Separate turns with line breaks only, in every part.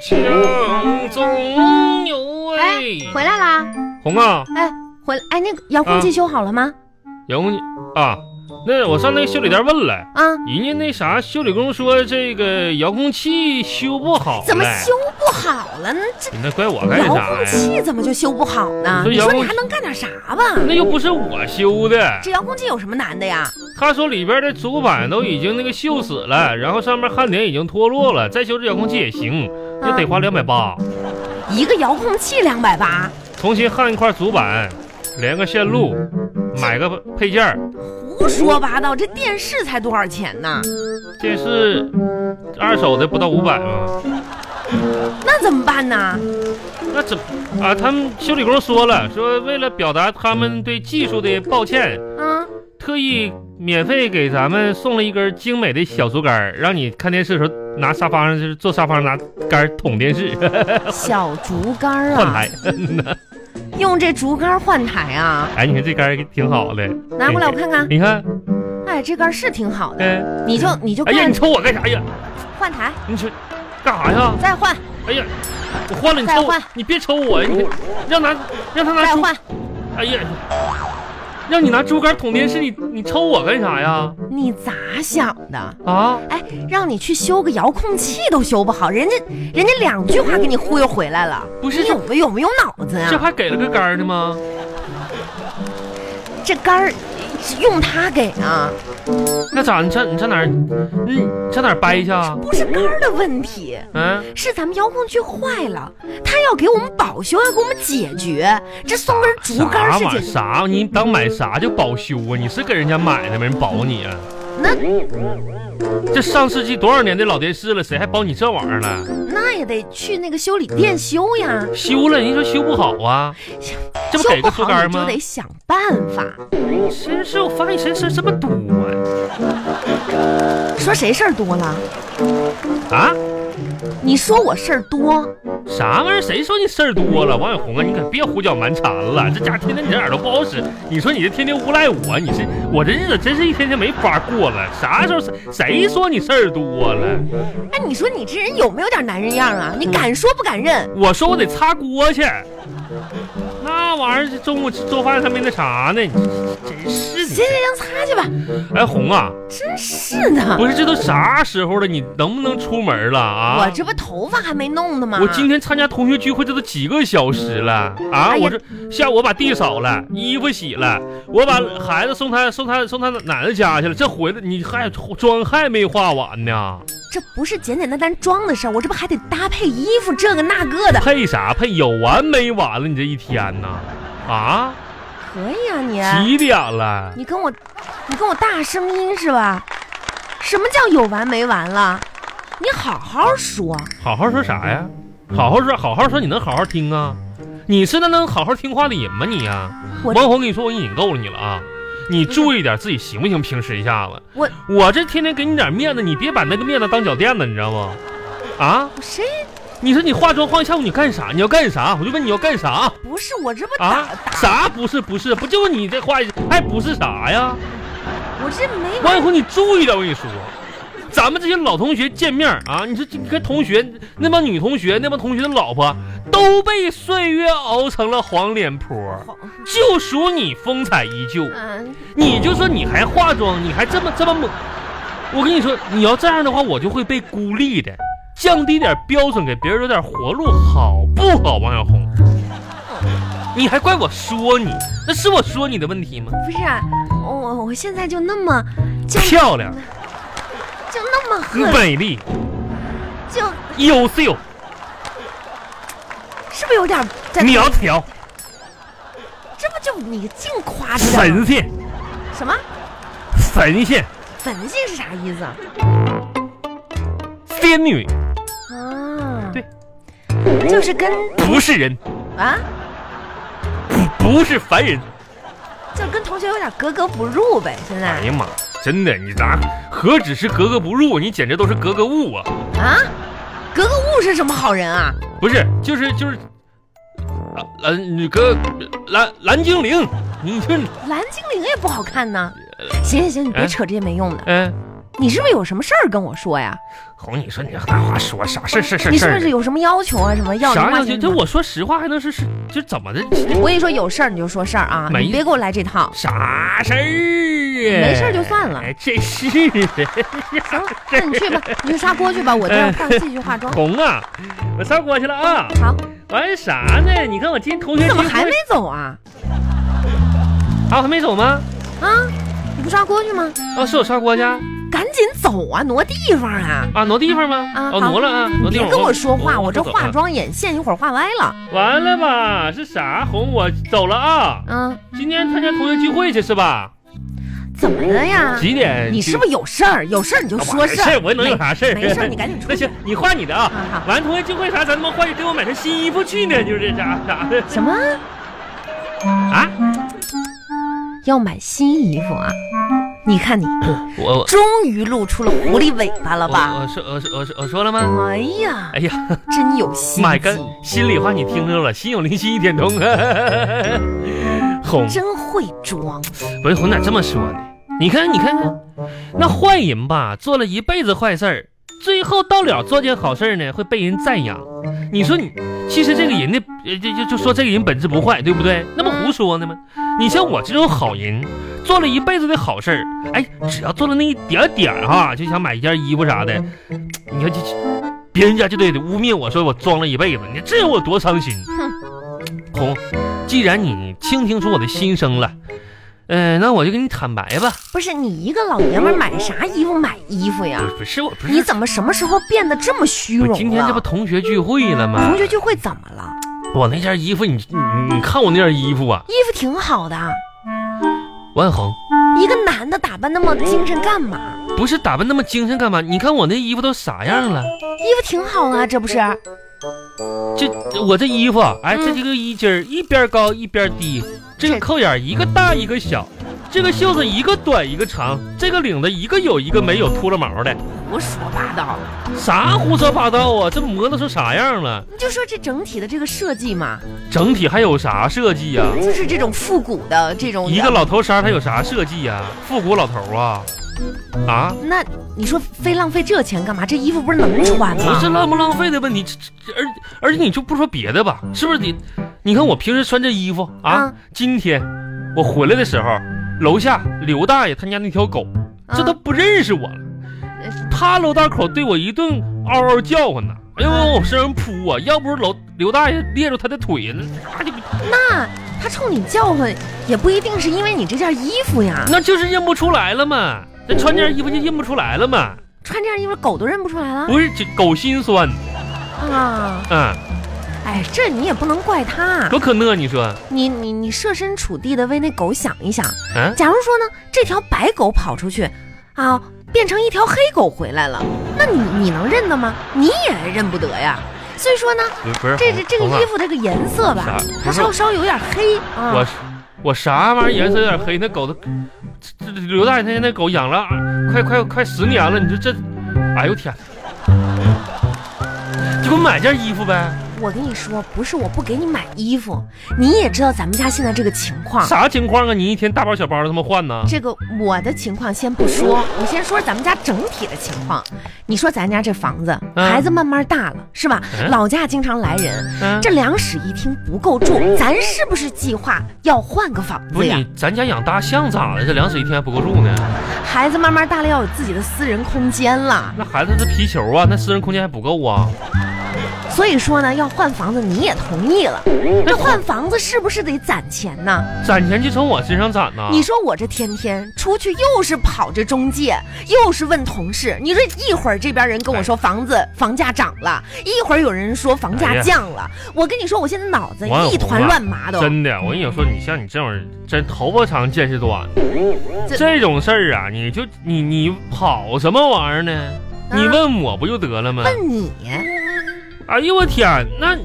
情总有
哎
味。，
回来啦！
红啊，
哎，回来哎，那个遥控器修好了吗？
杨啊，那我上那个修理店问了，
啊，
人家那啥修理工说这个遥控器修不好，
怎么修？不好了呢？这
你那怪我干
遥
啥
控
呀？
器怎么就修不好呢？
你说
你
遥
说
控
你还能干点啥吧？
那又不是我修的，
这遥控器有什么难的呀？
他说里边的主板都已经那个锈死了，然后上面焊点已经脱落了，再修这遥控器也行，也得花两百八，
一个遥控器两百八，
重新焊一块主板，连个线路，买个配件儿，
胡说八道！这电视才多少钱呢？
电视二手的不到五百吗？
那怎么办呢？
那怎啊？他们修理工说了，说为了表达他们对技术的抱歉，
啊，
特意免费给咱们送了一根精美的小竹竿儿，让你看电视的时候拿沙发上，就是坐沙发上拿杆儿捅电视 哎
小竹竿儿
换
啊，
台。
用这竹竿儿换台啊，
哎，你看这杆儿挺好的，
拿过来我看看。
你看，
哎，这杆儿是挺好的，
嗯、
你就你就
哎呀，
干
你抽我干啥呀？
换台，
你说干啥呀？
再换
哎呀，我换了，你
再
抽我
换，
你别抽我，你让拿让他拿
再
竹，
换，
哎呀，让你拿竹竿儿捅电视，你你抽我干啥呀？
你咋想的？
啊？
哎，让你去修个遥控器都修不好，人家人家两句话给你忽悠回来了，
不是
你
这
有没有没有脑子啊呀、
这还给了个杆儿呢吗？
这杆儿用它给啊，
那咋？你上你上哪儿？你上哪儿掰去啊？
不是杆儿的问题，
嗯，
是咱们遥控器坏了，他要给我们保修，要给我们解决，这送根竹竿儿
啥
是
玩意儿？
解决，
啥？你当买啥叫保修啊？你是给人家买的吗？人保你啊？
那
这上世纪多少年的老电视了，谁还保你这玩意儿呢？
那也得去那个修理店修呀，
修了，人家说修不好啊，这不
修
给个
不
竹
好
竿
你就
吗？
得想办法。
真是我发现谁事这么多
说谁事儿多了？
啊？啊？
你说我事儿多，
啥玩意儿？谁说你事儿多了？王小红啊，你可别胡搅蛮缠了，这家伙天天你这耳朵不好使。你说你这天天诬赖我，你是我这日子真是一天天没法过了。啥时候谁谁说你事儿多了？
哎，你说你这人有没有点男人样啊？你敢说不敢认？
我说我得擦锅去，那玩意儿中午吃做饭还没那啥呢，你真是你。
行行行，擦去吧。
哎，红啊，
真是的，
不是这都啥时候了，你能不能出门了啊？
我这不头发还没弄呢吗？
我今天参加同学聚会，这都几个小时了啊！
哎呀
我这下午我把地扫了，衣服洗了，我把孩子送他送他送他奶奶家去了。这回来你还妆还没化完呢？
这不是简简单单装的事儿，我这不还得搭配衣服这个那个的，
配啥配？有完没完了？你这一天呐，啊，
可以啊你？
几点了？
你跟我，你跟我大声音是吧？什么叫有完没完了？你好好说，
好好说啥呀？好好说，好好说，你能好好听啊？你是那能好好听话的人吗？你啊呀、
我
王红，跟你说，我已经够了你了啊！你注意点自己行不行？平时一下子，
我
我这天天给你点面子，你别把那个面子当脚垫子，你知道吗？啊？
谁
你说你化妆化一下午，你干啥？你要干啥？我就问你要干啥
不是我这不打、
啊？
打，
啥不是不是？不就你这化一，还不是啥呀？
我这没
王一红，你注意点，我跟你说，咱们这些老同学见面儿啊，你说这跟同学那帮女同学那帮同学的老婆都被岁月熬成了黄脸婆，就数你风采依旧。
嗯、
你就说你还化妆，你还这么这么猛，我跟你说，你要这样的话，我就会被孤立的。降低点标准，给别人留点活路，好不好？王小红，你还怪我说你，那是我说你的问题吗？
不是、啊，我我现在就那么就
漂亮，
就那么很
美丽，
就
优秀，
是不是有点在
苗条，
这不就你净夸着点儿
神仙，
什么
神仙，
粉性是啥意思啊？
仙女
啊，
对，
就是跟
不是人，
啊，
不是凡人。
就跟同学有点格格不入呗。现
哎
在
呀妈，真的，你咋何止是格格不入，你简直都是格格物啊！
啊，格格物是什么好人啊？
不是，就是就是，啊蓝你个蓝蓝精灵，你这呃哎
蓝精灵也不好看呢。行行行，你别扯这些没用的。
嗯
你是不是有什么事儿跟我说呀？
红，你说你这大话说啥事儿事儿事儿
你
事
是不
儿
是
的？
有什么要求啊？什么要
啥
零花
要求？
钱
这
什么？
我说实话还能是是这怎么的？
我跟你说，有事儿你就说事儿啊，
没
你别给我来 这套。
啥事儿啊？
没事儿就算了
哎，这是的
行了，那你去吧，你去刷锅去吧，我这儿化继续化妆。
红啊！我上锅去了哎 啊！
好，
完啥呢？你看我今天同学
你怎么
聚会
还没走啊？
啊？还没走吗？
啊，你不刷锅去吗？
啊，是我上锅去啊？
赶紧走啊，挪地方啊！
啊挪地方吗？
啊
哦，
好
挪了啊！挪地
别
方
跟我说话，我这
走
化
啊
妆眼线一会儿画歪了。
完了吧？是啥红？我走了啊！
嗯，
今天参加同学聚会去是吧？
怎么了呀？
几点？
嗯你是不是有事儿？有事儿你就
啊
说
完
事儿。嗯
我能有啥事儿？
没事儿，你赶紧出
那
去
行。，你画你的啊。
啊
完同学聚会啥，咱他妈换给我买身新衣服去呢，就是这啥啥的
好，什么
啊？
要买新衣服啊？你看你，
我
终于露出了狐狸尾巴了
我
吧？
我说我说我说我说了吗？
哎呀，
哎呀，
真有心
妈呀，
机
跟，心里话你听着了，心有灵犀一点 通啊。红，
真会装。
不是红咋这么说呢？你看你看看，那坏人吧，做了一辈子坏事儿，最后到了做件好事儿呢，会被人赞扬。你说你，其实这个人的，呃就就就说这个人本质不坏，对不对？那不胡说呢吗？你像我这种好人，做了一辈子的好事儿，哎，只要做了那一点儿点儿哈，就想买一件衣服啥的，你看这这别人家就得污蔑我说我装了一辈子，你这让我多伤心。红，既然你倾听出我的心声了，呃，那我就跟你坦白吧，
不是你一个老爷们儿买啥衣服买衣服呀
不？是不是我不是
啊你怎么什么时候变得这么虚荣
我
了？
今天这不同学聚会了吗
同？学聚会怎么了？
我那件衣服，你你你看我那件衣服啊，
衣服挺好的，
万红，
一个男的打扮那么精神干嘛？
不是打扮那么精神干嘛？你看我那衣服都啥样了？
衣服挺好啊，这不是？
这这我这衣服啊，哎，
嗯
这这个衣襟儿一边高一边低，这个
这
扣眼儿一个大一个小，这个袖子一个短一个长，这个领子一个有一个没有秃了毛的，
胡说八道！
啥胡说八道啊？这磨得成啥样了？
你就说这整体的这个设计嘛，
整体还有啥设计啊呀、
就是这种复古的这种
一个老头衫它有啥设计呀、复古老头啊？啊？
那你说非浪费这钱干嘛？这衣服不是能穿
不
吗
是？浪不浪费的问题，这这这而而且你就不说别的吧，是不是你？你看我平时穿这衣服啊，
嗯
今天我回来的时候，楼下刘大爷他家那条狗，这都
啊
不认识我了
呃，
他楼道口对我一顿嗷嗷叫唤呢，哎呦往我身上扑啊！要不是老刘大爷捏住他的腿，那就
那他冲你叫唤也不一定是因为你这件衣服呀，
那就是认不出来了嘛，那穿件衣服就认不出来了嘛，
穿这件衣服狗都认不出来了
不是这狗心酸
啊！
啊，
哎，这你也不能怪他，
多可乐你说，
你你你设身处地的为那狗想一想。
嗯、
假如说呢，这条白狗跑出去，啊，变成一条黑狗回来了，那你你能认得吗？你也认不得呀。所以说呢，
不是不是
这这这个
红啊
衣服这个颜色吧
啥，
它
不是
稍稍有点黑啊。
我我啥玩意儿颜色有点黑？那狗都，这这刘大爷他家那狗养了啊快快快十年了，你说这，哎呦天，就给我买件衣服呗，
我跟你说，不是我不给你买衣服，你也知道咱们家现在这个情况。
啥情况啊？你一天大包小包的他妈换呢？
这个我的情况先不说，我先说咱们家整体的情况。你说咱家这房子，
嗯
孩子慢慢大了，是吧？
嗯
老家经常来人，
嗯、
这两室一厅不够住，咱是不是计划要换个房
不
子
是
呀？
你，咱家养大象咋的？这两室一厅还不够住呢？
孩子慢慢大了，要有自己的私人空间了。
那孩子这皮球啊，那私人空间还不够啊？
所以说呢，要换房子，你也同意了。
嗯
那换房子是不是得攒钱呢？
攒钱就从我身上攒呐。
你说我这天天出去又是跑这中介，又是问同事，你说一会儿这边人跟我说房子房价涨了，一会儿有人说房
哎
价
呀
降了，我跟你说，我现在脑子
王永
一
红
团
啊
乱麻都。
真的，我跟你说，你像你这种人，真头发长见识短。
这
这种事儿啊，你就你你跑什么玩意儿呢？你啊问我不就得了吗？
问你，
哎呦我天，那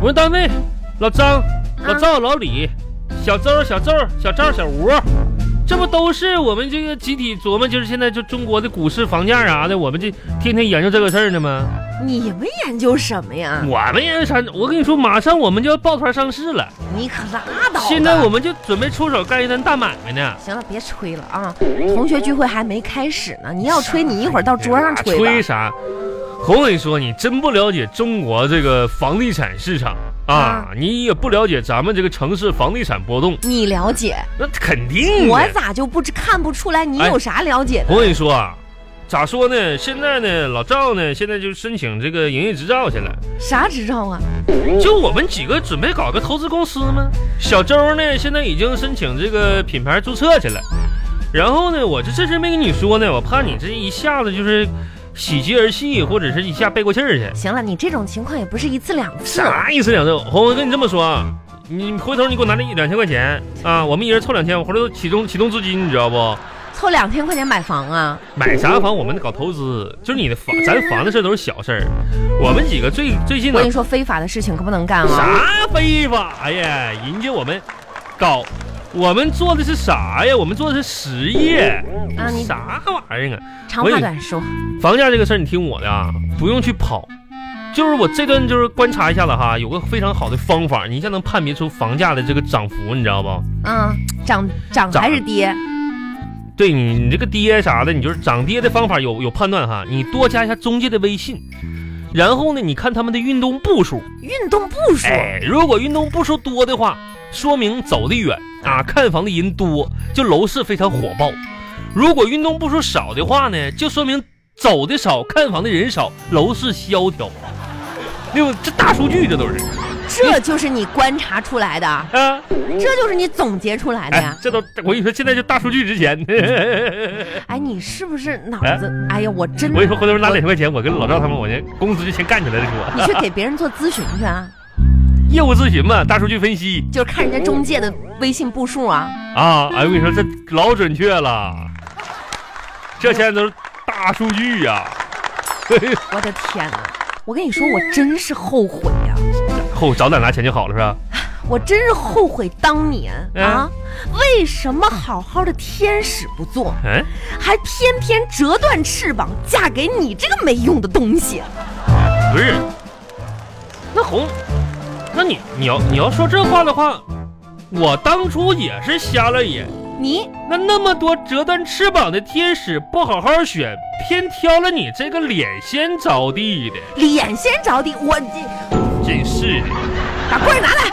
我们单位老张、老赵、老李、小周、小周、小赵、小吴，这不都是我们这个集体琢磨，就是现在就中国的股市、房价啥的，我们这天天研究这个事儿呢吗？
你们研究什么呀？
我们也啥？我跟你说，马上我们就要抱团上市了，
你可拉倒吧！
现在我们就准备出手干一单大买卖呢。
行了，别吹了啊！同学聚会还没开始呢，你要吹，你一会儿到哦桌上吹吧。
哎吹啥？红伟说：“你真不了解中国这个房地产市场啊
啊，
你也不了解咱们这个城市房地产波动，
你了解，
那肯定
我
的。
咋就不知看不出来你
哎
有啥了解呢？
红伟说啊，咋说呢？现在呢，老赵呢，现在就申请这个营业执照去了。
啥执照啊？
就我们几个准备搞个投资公司吗？小周呢，现在已经申请这个品牌注册去了。然后呢，我这这事没跟你说呢，我怕你这一下子就是喜极而泣，或者是一下背过气儿去。
行了，你这种情况也不是一次两次。
啥意思两周？红，我跟你这么说啊，你回头你给我拿那一两千块钱啊，我们一人凑两千，我回头启动启动资金，你知道不？
凑两千块钱买房啊？
买啥房我们得搞投资，就是你的房，咱房的事儿都是小事儿。我们几个最最近
我
呢
跟你，说，非法的事情可不能干啊！
啥非法哎呀？人家我们搞，我们做的是啥呀？我们做的是实业，
啊你
啥玩意儿啊？
长
我
话
也
短说，
房价这个事儿，你听我的，啊，不用去跑。就是我这段就是观察一下子哈，有个非常好的方法，你一下能判别出房价的这个涨幅，你知道不？
嗯，涨涨
涨
还是跌？
对你你这个跌啥的，你就是涨跌的方法有有判断哈。你多加一下中介的微信，然后呢，你看他们的运动步数，
运动步数，
哎，如果运动步数多的话，说明走得远啊，看房的人多，就楼市非常火爆。如果运动步数少的话呢，就说明走的少，看房的人少，楼市萧条。对吧？这大数据这都是
这就是你观察出来的，
啊，
这就是你总结出来的
哎
呀，。
这都我跟你说，现在就大数据值钱。
哎，你是不是脑子？哎呀，我真
我跟你说，
的，
回头拿两千块钱，我跟老赵他们，我先工资就先干起来再说。
你去给别人做咨询去啊，
业务咨询嘛，大数据分析
就是看人家中介的微信步数啊。
啊，哎，我跟你说，这老准确了，这现在都是大数据呀、
我的天哪！我跟你说，我真是后悔呀、
后早点拿钱就好了，是吧？
我真是后悔当年啊，为什么好好的天使不做，
嗯，
还偏偏折断翅膀嫁给你这个没用的东西？
不是，那红，那你你要你要说这话的话，我当初也是瞎了眼，
你
那那么多折断翅膀的天使不好好选，偏挑了你这个脸先着地的，
脸先着地，我这
真是的。
把棍儿拿来，